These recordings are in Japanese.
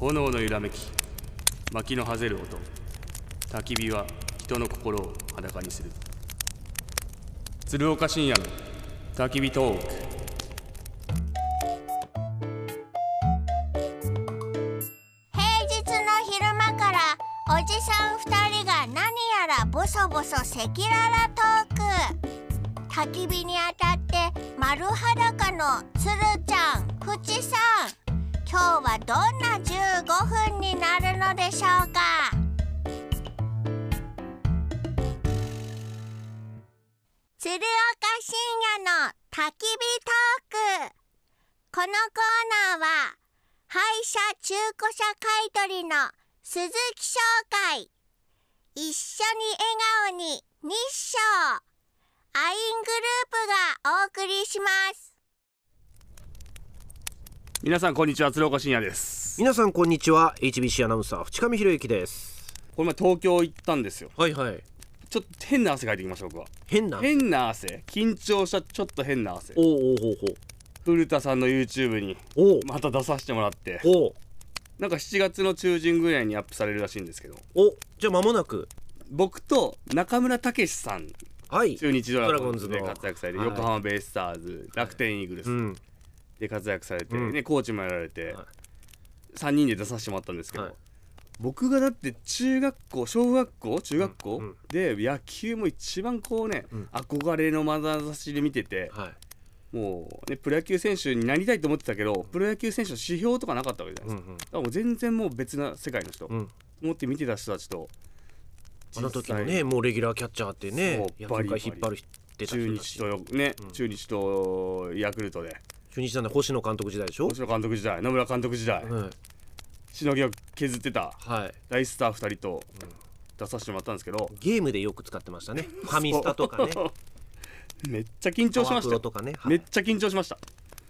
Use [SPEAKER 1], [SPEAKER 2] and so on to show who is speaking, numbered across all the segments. [SPEAKER 1] 炎の揺らめき薪のはぜる音焚き火は人の心を裸にする鶴岡深夜の焚き火トーク
[SPEAKER 2] 平日の昼間からおじさん2人が何やらボソボソ赤裸々トーク焚き火に当たって丸裸のつるちゃんプチさん今日はどんな15分になるのでしょうか鶴岡深夜の焚き火トークこのコーナーは廃車中古車買取の鈴木商会一緒に笑顔に日照アイングループがお送りします
[SPEAKER 1] 皆さんこんにちは鶴岡深夜です
[SPEAKER 3] 皆さんこんにちは HBC アナウンサー淵上博之です
[SPEAKER 1] この前東京行ったんですよ
[SPEAKER 3] はいはい
[SPEAKER 1] ちょっと変な汗かいてきました僕は
[SPEAKER 3] 変な
[SPEAKER 1] 変な汗緊張したちょっと変な汗
[SPEAKER 3] おうおうほう
[SPEAKER 1] 古田さんの YouTube に
[SPEAKER 3] ほうおう
[SPEAKER 1] また出させてもらって
[SPEAKER 3] おう
[SPEAKER 1] なんか7月の中旬ぐらいにアップされるらしいんですけど
[SPEAKER 3] おじゃあ間もなく
[SPEAKER 1] 僕と中村武さん
[SPEAKER 3] はい
[SPEAKER 1] 中日ドラゴンズで
[SPEAKER 3] ドラゴンズの
[SPEAKER 1] 活躍されて
[SPEAKER 3] はい
[SPEAKER 1] 横浜ベイスターズ楽天イーグル
[SPEAKER 3] う
[SPEAKER 1] ス
[SPEAKER 3] ん
[SPEAKER 1] で活躍されて、
[SPEAKER 3] うん
[SPEAKER 1] ね、コーチもやられて
[SPEAKER 3] はい
[SPEAKER 1] 3人で出させてもらったんですけど、
[SPEAKER 3] はい
[SPEAKER 1] 僕がだって中学校小学校中学校、
[SPEAKER 3] うんうん
[SPEAKER 1] で野球も一番こうね、
[SPEAKER 3] うん
[SPEAKER 1] 憧れの眼差しで見てて、
[SPEAKER 3] はい
[SPEAKER 1] もう、ね、プロ野球選手になりたいと思ってたけどプロ野球選手の指標とかなかったわけじゃ
[SPEAKER 3] う
[SPEAKER 1] ないですか。
[SPEAKER 3] ん
[SPEAKER 1] だからもう全然もう別な世界の人、
[SPEAKER 3] うんうん
[SPEAKER 1] 思って見てた人たちと
[SPEAKER 3] あの時も
[SPEAKER 1] 実際
[SPEAKER 3] ねもうレギュラーキャッチャーってね
[SPEAKER 1] そう
[SPEAKER 3] 野
[SPEAKER 1] バリバリ
[SPEAKER 3] 球界引っ張る人出た
[SPEAKER 1] 中
[SPEAKER 3] 人たち
[SPEAKER 1] 日とよね、
[SPEAKER 3] うん
[SPEAKER 1] 中日とヤクルトで
[SPEAKER 3] 中日なんだ星野監督時代でしょ
[SPEAKER 1] 星野監督時代野村監督時代、
[SPEAKER 3] はい
[SPEAKER 1] しのぎを削ってた
[SPEAKER 3] はい
[SPEAKER 1] 大スター2人と出させてもらったんですけど、
[SPEAKER 3] ゲームでよく使って ましたねファミスタとかね
[SPEAKER 1] めっちゃ緊張しま
[SPEAKER 3] パワ
[SPEAKER 1] し
[SPEAKER 3] プ
[SPEAKER 1] た
[SPEAKER 3] ロ
[SPEAKER 1] よ
[SPEAKER 3] とかねはい
[SPEAKER 1] めっちゃ緊張しました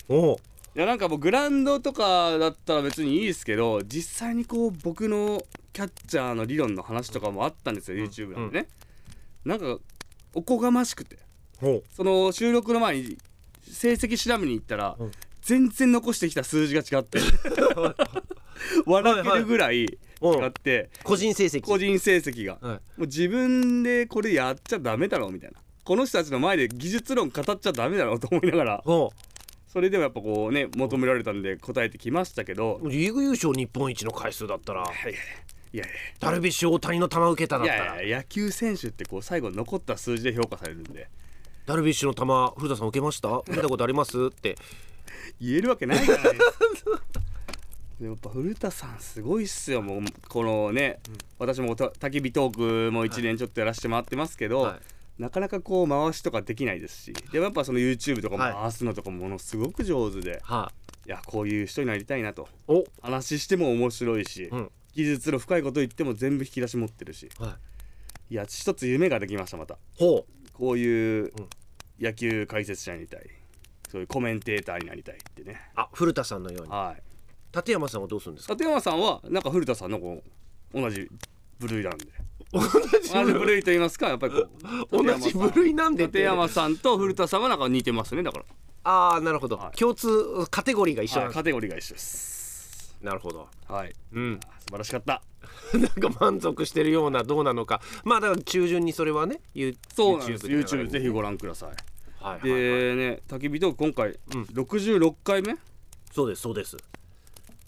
[SPEAKER 3] お
[SPEAKER 1] い
[SPEAKER 3] う
[SPEAKER 1] やなんかもうグラウンドとかだったら別にいいですけど実際にこう僕のキャッチャーの理論の話とかもあったんですよ、
[SPEAKER 3] ん
[SPEAKER 1] YouTube なんでね、なんかおこがましくて
[SPEAKER 3] おう
[SPEAKER 1] その収録の前に成績調べに行ったら、
[SPEAKER 3] うん
[SPEAKER 1] 全然残してきた数字が違って 笑けるぐらい違
[SPEAKER 3] お
[SPEAKER 1] っ
[SPEAKER 3] う
[SPEAKER 1] て、
[SPEAKER 3] 個人成績
[SPEAKER 1] 個人成績が、も
[SPEAKER 3] はいう
[SPEAKER 1] 自分でこれやっちゃダメだろうみたいなこの人たちの前で技術論語っちゃダメだろうと思いながら
[SPEAKER 3] おう
[SPEAKER 1] それでもやっぱこうね求められたんで答えてきましたけど、
[SPEAKER 3] リーグ優勝日本一の回数だったら
[SPEAKER 1] いやいや
[SPEAKER 3] ダルビッシュ大谷の球受けただ
[SPEAKER 1] い
[SPEAKER 3] ったら
[SPEAKER 1] やいや野球選手ってこう最後残った数字で評価されるんで
[SPEAKER 3] ダルビッシュの球古田さん受けました見たことありますって
[SPEAKER 1] 言えるわけないじゃないですかでもやっぱ古田さんすごいっすよもうこのね、私もた焚き火トークも1年ちょっとやらせてもらってますけど、
[SPEAKER 3] は
[SPEAKER 1] なかなかこう回しとかできないですしでもやっぱその YouTube とかも
[SPEAKER 3] はい
[SPEAKER 1] 回すのとかもものすごく上手で、い、
[SPEAKER 3] は
[SPEAKER 1] やこういう人になりたいなと
[SPEAKER 3] お
[SPEAKER 1] 話しても面白いし、
[SPEAKER 3] うん
[SPEAKER 1] 技術の深いこと言っても全部引き出し持ってるし
[SPEAKER 3] はい
[SPEAKER 1] や一つ夢ができましたまた
[SPEAKER 3] いほ
[SPEAKER 1] こういう
[SPEAKER 3] うん
[SPEAKER 1] 野球解説者になりたいそういうコメンテーターになりたいってね
[SPEAKER 3] あ古田さんのように
[SPEAKER 1] はい
[SPEAKER 3] 立山さんはどうするんですか
[SPEAKER 1] 立山さんはなんか古田さんのこう同じ部類なんで
[SPEAKER 3] 同
[SPEAKER 1] 同じ部 類と言いますかやっぱりこう
[SPEAKER 3] 同じ部類なんでって
[SPEAKER 1] 立山さんと古田さんはなんか似てますねだから
[SPEAKER 3] ああなるほど、
[SPEAKER 1] はい
[SPEAKER 3] 共通カテゴリーが一緒
[SPEAKER 1] は
[SPEAKER 3] なん
[SPEAKER 1] い
[SPEAKER 3] です、
[SPEAKER 1] カテゴリーが一緒です
[SPEAKER 3] なるほど
[SPEAKER 1] はい
[SPEAKER 3] うん
[SPEAKER 1] 素晴らしかった
[SPEAKER 3] なんか満足してるようなどうなのかまあだから中旬にそれはね You-
[SPEAKER 1] そうなんです
[SPEAKER 3] YouTube で流れ
[SPEAKER 1] YouTube
[SPEAKER 3] る
[SPEAKER 1] ぜひご覧ください
[SPEAKER 3] はいはいはい
[SPEAKER 1] でね焚き火トーク今回
[SPEAKER 3] うん
[SPEAKER 1] 66回目
[SPEAKER 3] そうですそうです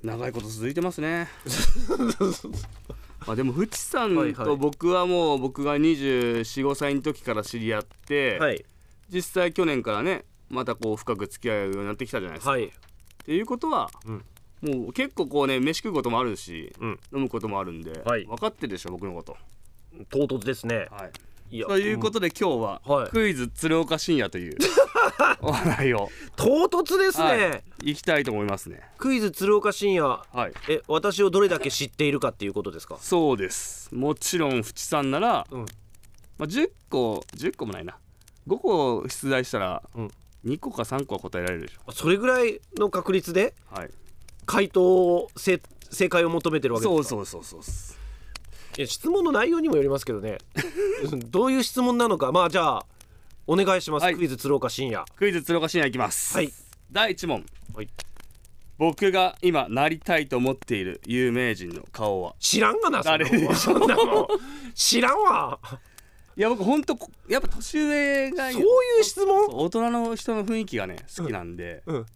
[SPEAKER 1] 長いこと続いてます ねまあでも淵さ
[SPEAKER 3] はい
[SPEAKER 1] ん
[SPEAKER 3] は
[SPEAKER 1] と
[SPEAKER 3] い
[SPEAKER 1] 僕はもう僕が2 4 5歳の時から知り合って、
[SPEAKER 3] はい
[SPEAKER 1] 実際去年からねまたこう深く付き合うようになってきたじゃないですか。
[SPEAKER 3] はい
[SPEAKER 1] っていうことは、
[SPEAKER 3] うん
[SPEAKER 1] もう結構こうね飯食うこともあるし、
[SPEAKER 3] うん
[SPEAKER 1] 飲むこともあるんで、
[SPEAKER 3] はい
[SPEAKER 1] 分かってるでしょ僕のこと。
[SPEAKER 3] 唐突ですね
[SPEAKER 1] はい、
[SPEAKER 3] いや
[SPEAKER 1] ということで今日は、
[SPEAKER 3] はい
[SPEAKER 1] クイズ鶴岡深夜と いうお笑いを、
[SPEAKER 3] 唐突ですね、
[SPEAKER 1] はい、いきたいと思いますね。
[SPEAKER 3] クイズ鶴岡深夜
[SPEAKER 1] はい
[SPEAKER 3] え私をどれだけ知っているかっていうことですか
[SPEAKER 1] そうですもちろん淵さんなら、
[SPEAKER 3] うん
[SPEAKER 1] まあ、10個10個もないな5個出題したら、
[SPEAKER 3] うん
[SPEAKER 1] 2個か3個は答えられるでしょ、
[SPEAKER 3] それぐらいの確率で
[SPEAKER 1] はい、
[SPEAKER 3] 回答をせ正解を求めてるわけです
[SPEAKER 1] そ
[SPEAKER 3] か
[SPEAKER 1] うそうそうそうそう
[SPEAKER 3] いや質問の内容にもよりますけどね どういう質問なのかまあじゃあお願いします、
[SPEAKER 1] はい
[SPEAKER 3] クイズ鶴岡深夜
[SPEAKER 1] クイズ鶴岡深夜いきます、
[SPEAKER 3] はい
[SPEAKER 1] 第1問、
[SPEAKER 3] はい
[SPEAKER 1] 僕が今なりたいと思っている有名人の顔は
[SPEAKER 3] 知らんがなそんな
[SPEAKER 1] 誰
[SPEAKER 3] も
[SPEAKER 1] で
[SPEAKER 3] ん そんなもん知らんわ
[SPEAKER 1] いや僕ほんとこやっぱ年上がいい
[SPEAKER 3] そういう質問
[SPEAKER 1] 大人の人の雰囲気がね好きなんで、
[SPEAKER 3] うん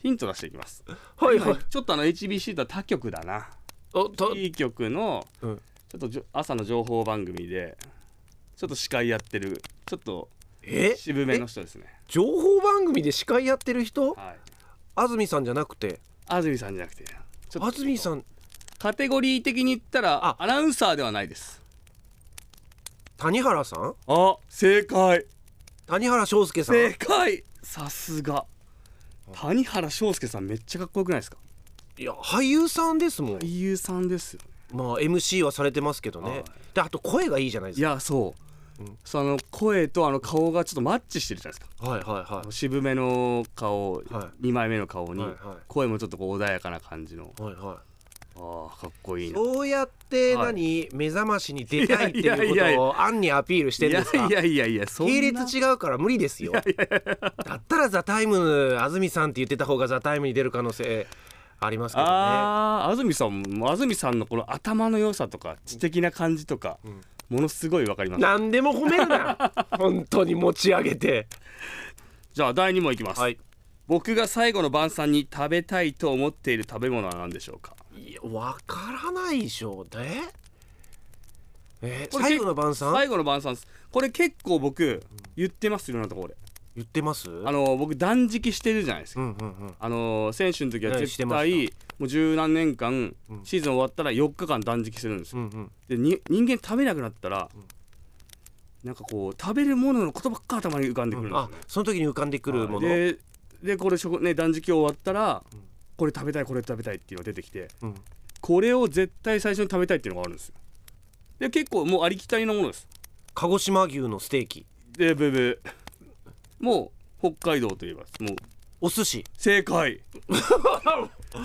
[SPEAKER 1] ヒント出していきます
[SPEAKER 3] はいはい
[SPEAKER 1] ちょっとあの HBC とは他局だな
[SPEAKER 3] おと
[SPEAKER 1] いい局の
[SPEAKER 3] うん
[SPEAKER 1] ちょっとじょ朝の情報番組でちょっと司会やってるちょっと
[SPEAKER 3] え
[SPEAKER 1] 渋めの人ですね
[SPEAKER 3] 情報番組で司会やってる人
[SPEAKER 1] はい
[SPEAKER 3] 安住さんじゃなくて
[SPEAKER 1] 安住さんじゃなくてちょっと
[SPEAKER 3] 安住さん
[SPEAKER 1] カテゴリー的に言ったら
[SPEAKER 3] あ
[SPEAKER 1] アナウンサーではないです
[SPEAKER 3] 谷原さん
[SPEAKER 1] あ正解
[SPEAKER 3] 谷原章介さん
[SPEAKER 1] 正解さすが谷原章介さんめっちゃかっこよくないですか
[SPEAKER 3] いや俳優さんですもん、
[SPEAKER 1] 俳優さんですよ
[SPEAKER 3] まあ MC はされてますけど
[SPEAKER 1] はい
[SPEAKER 3] ねであと声がいいじゃないで
[SPEAKER 1] い
[SPEAKER 3] すか
[SPEAKER 1] やそう、
[SPEAKER 3] うん
[SPEAKER 1] その声とあの顔がちょっとマッチしてるじゃないですか
[SPEAKER 3] はいはいは
[SPEAKER 1] 渋めの顔、
[SPEAKER 3] は
[SPEAKER 1] 二2枚目の顔に、
[SPEAKER 3] はいはい
[SPEAKER 1] 声もちょっとこう穏やかな感じの
[SPEAKER 3] いはいは
[SPEAKER 1] あーかっこいい
[SPEAKER 3] い
[SPEAKER 1] な
[SPEAKER 3] そうやって
[SPEAKER 1] はい
[SPEAKER 3] 何、目覚ましに出たいって
[SPEAKER 1] いやい
[SPEAKER 3] い
[SPEAKER 1] やいやいうや
[SPEAKER 3] ことを案にアピールして
[SPEAKER 1] い
[SPEAKER 3] るん
[SPEAKER 1] や
[SPEAKER 3] ですか
[SPEAKER 1] いやいやいやそんな
[SPEAKER 3] 系列違うから無理ですよだったら「ザタイム安住さんって言ってた方が「ザタイムに出る可能性ありますけどね
[SPEAKER 1] あー安住さんも安住さんのこの頭の良さとか知的な感じとか、
[SPEAKER 3] ん
[SPEAKER 1] ものすごいわかります
[SPEAKER 3] 何でも褒め るな本当に持ち上げて
[SPEAKER 1] じゃあ第2問いきます、
[SPEAKER 3] はい
[SPEAKER 1] 僕が最後の晩餐に食べたいと思っている食べ物は何でしょうか
[SPEAKER 3] いやわからないでしょでえ
[SPEAKER 1] これ
[SPEAKER 3] 最後の晩餐
[SPEAKER 1] 最後の晩餐ですこれ結構僕言ってますいろんなところで
[SPEAKER 3] 言ってます
[SPEAKER 1] あの僕断食してるじゃないです
[SPEAKER 3] う
[SPEAKER 1] か、
[SPEAKER 3] んうんうん
[SPEAKER 1] あの選手の時は
[SPEAKER 3] はい
[SPEAKER 1] 絶
[SPEAKER 3] してま
[SPEAKER 1] 対
[SPEAKER 3] し
[SPEAKER 1] もう十何年間
[SPEAKER 3] うん
[SPEAKER 1] シーズン終わったら4日間断食するんです
[SPEAKER 3] う
[SPEAKER 1] よ、
[SPEAKER 3] んうん
[SPEAKER 1] でに人間食べなくなったら、なんかこう食べるもののことばっか頭に浮かんでくるんですよ
[SPEAKER 3] あ
[SPEAKER 1] ね、
[SPEAKER 3] その時に浮かんでくるもの、
[SPEAKER 1] ででこれ食ね断食終わったら、これ食べたいこれ食べたいっていうのが出てきて
[SPEAKER 3] うん、
[SPEAKER 1] これを絶対最初に食べたいっていうのがあるんですよで結構もうありきたりのものです
[SPEAKER 3] 鹿児島牛のステーキ
[SPEAKER 1] でブブもう北海道といえばもう
[SPEAKER 3] お寿司
[SPEAKER 1] 正 解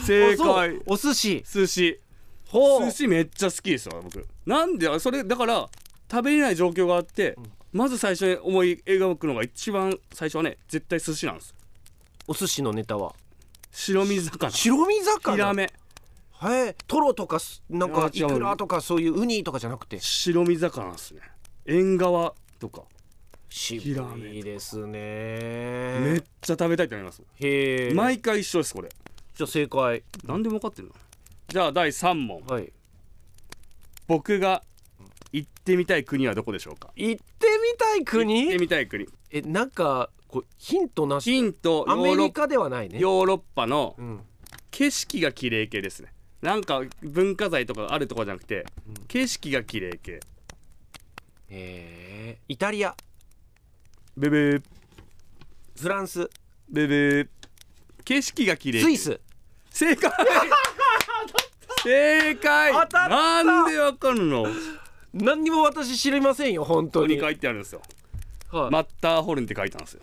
[SPEAKER 1] 正解
[SPEAKER 3] お寿司
[SPEAKER 1] 寿司
[SPEAKER 3] ほ
[SPEAKER 1] 寿司めっちゃ好きですよ僕なんであそれだから食べれない状況があって、まず最初に思い描くのが一番最初はね絶対寿司なんです
[SPEAKER 3] お寿司のネタは
[SPEAKER 1] 白身魚
[SPEAKER 3] 白身魚
[SPEAKER 1] ヒラメ
[SPEAKER 3] はい、トロとかすなんか
[SPEAKER 1] い
[SPEAKER 3] い
[SPEAKER 1] や違う
[SPEAKER 3] くらとかそういうウニとかじゃなくて
[SPEAKER 1] 白身魚なんですね縁側とかラメ
[SPEAKER 3] 渋いですね
[SPEAKER 1] めっ
[SPEAKER 3] へ
[SPEAKER 1] ちゃ食べたいと思います、
[SPEAKER 3] え
[SPEAKER 1] 毎回一緒ですこれ
[SPEAKER 3] じゃあ正解
[SPEAKER 1] 何でも分かってるのじゃあ第3問
[SPEAKER 3] はい
[SPEAKER 1] 僕が行ってみたい国はどこでしょうか
[SPEAKER 3] 行ってみた
[SPEAKER 1] 行っ
[SPEAKER 3] い
[SPEAKER 1] て
[SPEAKER 3] 国
[SPEAKER 1] みたい国
[SPEAKER 3] えなんかこうヒントなし
[SPEAKER 1] ヒントヨ
[SPEAKER 3] アメ
[SPEAKER 1] ーロ
[SPEAKER 3] リ
[SPEAKER 1] ッ
[SPEAKER 3] カではないね
[SPEAKER 1] ヨーロッパの
[SPEAKER 3] うん
[SPEAKER 1] 景色が綺麗系ですねなんか文化財とかあるとこじゃなくて、
[SPEAKER 3] うん
[SPEAKER 1] 景色が綺麗系
[SPEAKER 3] えー、イタリア
[SPEAKER 1] ブブー
[SPEAKER 3] フランス
[SPEAKER 1] ブブー景色が綺麗系
[SPEAKER 3] スイス
[SPEAKER 1] 正 解正解
[SPEAKER 3] 当たった
[SPEAKER 1] なんでわかるのこ
[SPEAKER 3] 何にも私知りませんよ本当
[SPEAKER 1] こに
[SPEAKER 3] に
[SPEAKER 1] 書いてあるんですよ
[SPEAKER 3] はい
[SPEAKER 1] マッターホルンって書いたんですよ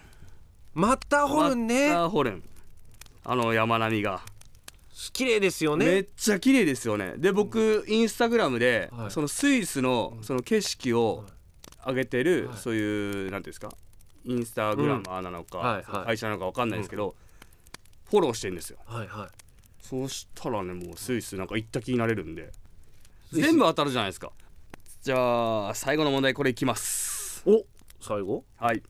[SPEAKER 3] マッターホルンね
[SPEAKER 1] マッターホルンあの山並みが、
[SPEAKER 3] 綺麗ですよ
[SPEAKER 1] め
[SPEAKER 3] ね
[SPEAKER 1] っちゃ綺麗ですよねで僕インスタグラムで、
[SPEAKER 3] はい
[SPEAKER 1] そのスイスのその景色を上げてる、
[SPEAKER 3] はい
[SPEAKER 1] そういうなんていうんですかインスタグラマーなのか、
[SPEAKER 3] うんはいはい
[SPEAKER 1] その会社なのかわかんないですけど、フォローしてんですよ
[SPEAKER 3] はいは
[SPEAKER 1] そうしたらねもうスイスなんか行った気になれるんで
[SPEAKER 3] イス
[SPEAKER 1] 全部当たるじゃないですかじゃあ最後の問題これいきます
[SPEAKER 3] いお最後
[SPEAKER 1] はい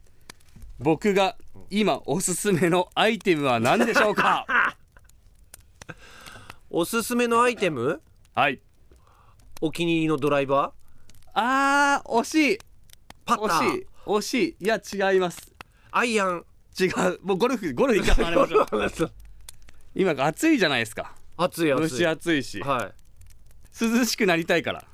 [SPEAKER 1] 僕が今おすすめのアイテムは何でしょう か
[SPEAKER 3] おすすめのアイテム
[SPEAKER 1] はい
[SPEAKER 3] お気に入りのドライバー
[SPEAKER 1] あー惜しい
[SPEAKER 3] パタ
[SPEAKER 1] 惜
[SPEAKER 3] ー
[SPEAKER 1] しい惜しいいや違います
[SPEAKER 3] アイアン
[SPEAKER 1] 違うもうゴルフゴルフ一回離れましょう 今暑いじゃないですか
[SPEAKER 3] 暑い
[SPEAKER 1] 蒸
[SPEAKER 3] 暑い
[SPEAKER 1] し暑いし
[SPEAKER 3] は
[SPEAKER 1] 涼しくなりたいから
[SPEAKER 3] い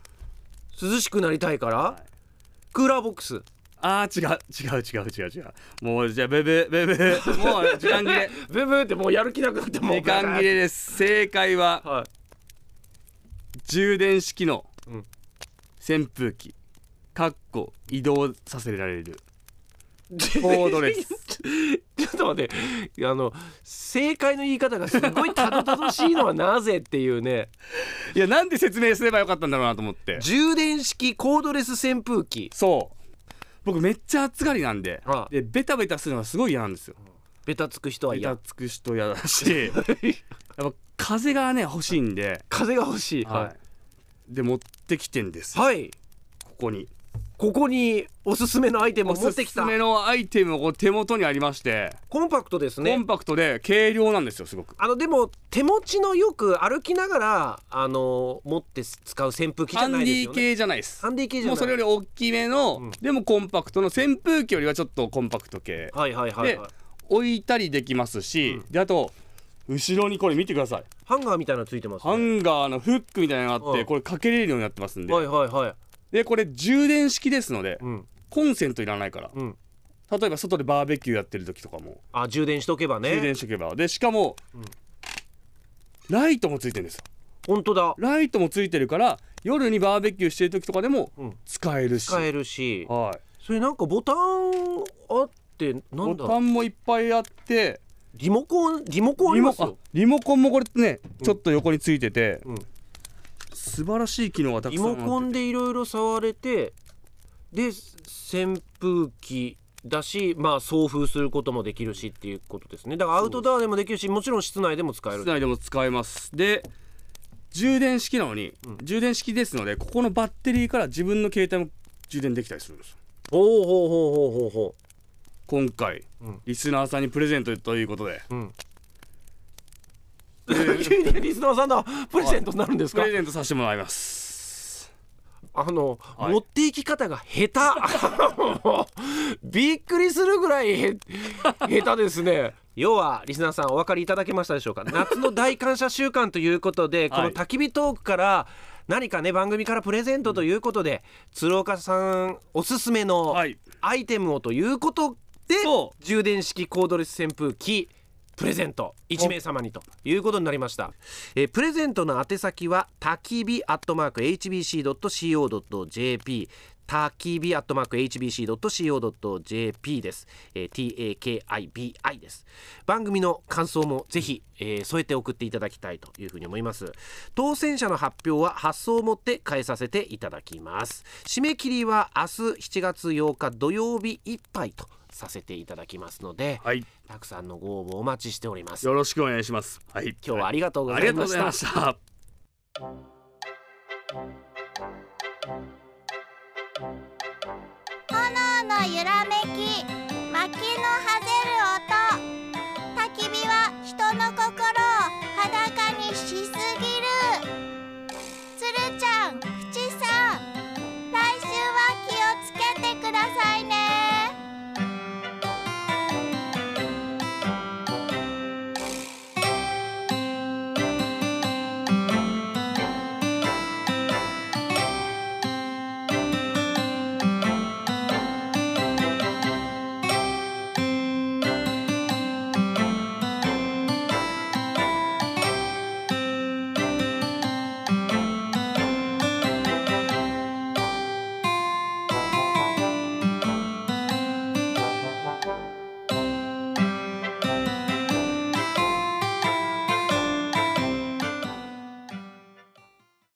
[SPEAKER 3] 涼しくなりたいから、
[SPEAKER 1] い
[SPEAKER 3] クーラーボックス
[SPEAKER 1] あー違う違う違う違う違うもうじゃあブブブブもう時間切れ
[SPEAKER 3] ブブーってもうやる気なくなってもう
[SPEAKER 1] 時間切れです正解は
[SPEAKER 3] はい
[SPEAKER 1] 充電式の
[SPEAKER 3] うん
[SPEAKER 1] 扇風機かっこ移動させられるコードレス
[SPEAKER 3] ちょっと待ってあの正解の言い方がすごいたどたどしいのはなぜっていうね
[SPEAKER 1] いやなんで説明すればよかったんだろうなと思って
[SPEAKER 3] 充電式コードレス扇風機
[SPEAKER 1] そう僕めっちゃ暑がりなんで
[SPEAKER 3] あ
[SPEAKER 1] でベタベタするのがすごい嫌なんですよ
[SPEAKER 3] ベタつく人は
[SPEAKER 1] ベタ
[SPEAKER 3] 嫌
[SPEAKER 1] つく人嫌だしやっぱ風がね欲しいんで、
[SPEAKER 3] 風が欲しいは
[SPEAKER 1] はい、で持ってきてんです
[SPEAKER 3] い、はい、
[SPEAKER 1] ここに
[SPEAKER 3] ここにおすすめのアイテムを持ってきた
[SPEAKER 1] おすすめのアイテムをこう手元にありまして、
[SPEAKER 3] コンパクトです
[SPEAKER 1] コ
[SPEAKER 3] ね
[SPEAKER 1] ンパクトで軽量なんですよすごく
[SPEAKER 3] あのでも手持ちのよく歩きながらあの持って使う扇風機じ
[SPEAKER 1] ハ
[SPEAKER 3] ゃ
[SPEAKER 1] ン
[SPEAKER 3] な
[SPEAKER 1] デ
[SPEAKER 3] いです
[SPEAKER 1] ィ
[SPEAKER 3] よね
[SPEAKER 1] 系じゃないです
[SPEAKER 3] ハンディ系じゃない
[SPEAKER 1] もうそれより大きめの、
[SPEAKER 3] うん
[SPEAKER 1] でもコンパクトの扇風機よりはちょっとコンパクト系
[SPEAKER 3] はいはいはい、
[SPEAKER 1] で
[SPEAKER 3] はい、
[SPEAKER 1] 置いたりできますし、
[SPEAKER 3] う
[SPEAKER 1] であと後ろにこれ見てください
[SPEAKER 3] ハンガーみたいなのついてます、ね、
[SPEAKER 1] ハンガーのフックみたいなのがあっ
[SPEAKER 3] う
[SPEAKER 1] て
[SPEAKER 3] ん
[SPEAKER 1] これかけれるようになってますんで
[SPEAKER 3] はいはいはい
[SPEAKER 1] でこれ充電式ですので
[SPEAKER 3] うん
[SPEAKER 1] コンセントいらないから
[SPEAKER 3] うん
[SPEAKER 1] 例えば外でバーベキューやってる時とかも
[SPEAKER 3] あ充電しとけば
[SPEAKER 1] 充
[SPEAKER 3] ね
[SPEAKER 1] 電しとけばでしかも
[SPEAKER 3] うん
[SPEAKER 1] ライトもついてるんですよ
[SPEAKER 3] 本当だ
[SPEAKER 1] ライトもついてるから夜にバーベキューしてる時とかでも
[SPEAKER 3] うん
[SPEAKER 1] 使えるし、
[SPEAKER 3] 使えるし
[SPEAKER 1] はい、
[SPEAKER 3] それなんかボタンあってな
[SPEAKER 1] ボ
[SPEAKER 3] んだ
[SPEAKER 1] タンもいっぱいあって
[SPEAKER 3] リモコンリモコンあります
[SPEAKER 1] リモ
[SPEAKER 3] よ
[SPEAKER 1] あリモコンもこれねちょっと横についてて、
[SPEAKER 3] うん
[SPEAKER 1] 素晴らしい機能がたく
[SPEAKER 3] リ
[SPEAKER 1] さんあっ
[SPEAKER 3] モ
[SPEAKER 1] て
[SPEAKER 3] コンでいろいろ触れてで扇風機だしまあ送風することもできるしっていうことですねだからアウトドアでもできるしもちろん室内でも使える
[SPEAKER 1] 室内でも使えますで充電式なのに、
[SPEAKER 3] うん
[SPEAKER 1] 充電式ですのでここのバッテリーから自分の携帯も充電できたりするんですよ
[SPEAKER 3] ほうほうほうほうほうほ
[SPEAKER 1] 今回、
[SPEAKER 3] うん
[SPEAKER 1] リスナーさんにプレゼントということで
[SPEAKER 3] ううん 急にリスナーさんのプレゼントになるんです
[SPEAKER 1] プ
[SPEAKER 3] か
[SPEAKER 1] レゼントさせてもらいます
[SPEAKER 3] あの、
[SPEAKER 1] はい
[SPEAKER 3] 持っていき方が下手もう びっくりするぐらいへ下手ですね要はリスナーさんお分かりいただけましたでしょうか夏の大感謝週間ということで、こ
[SPEAKER 1] は
[SPEAKER 3] の
[SPEAKER 1] い
[SPEAKER 3] 焚き火トークから何かね番組からプレゼントということで、鶴岡さんおすすめの
[SPEAKER 1] はい
[SPEAKER 3] アイテムをということで、
[SPEAKER 1] そ
[SPEAKER 3] 充電式コードレス扇風機プレゼント1名様にということになりました、えープレゼントの宛先はたきびアットマーク HBC.CO.JP たきびアットマーク HBC.CO.JP です、えー TAKIBI です番組の感想もぜひ、えー添えて送っていただきたいというふうに思います当選者の発表は発送をもって返させていただきます締め切りは明日7月8日土曜日いっぱいとさせていただきますので、
[SPEAKER 1] はい
[SPEAKER 3] たくさんのご応募お待ちしております
[SPEAKER 1] よろしくお願いしますはい
[SPEAKER 3] 今日はありがとうご
[SPEAKER 1] あ
[SPEAKER 3] ざ
[SPEAKER 1] り
[SPEAKER 3] い
[SPEAKER 1] がとう
[SPEAKER 3] ま
[SPEAKER 1] ご
[SPEAKER 3] し
[SPEAKER 1] ざい
[SPEAKER 3] た
[SPEAKER 1] ました
[SPEAKER 2] 炎の揺らめき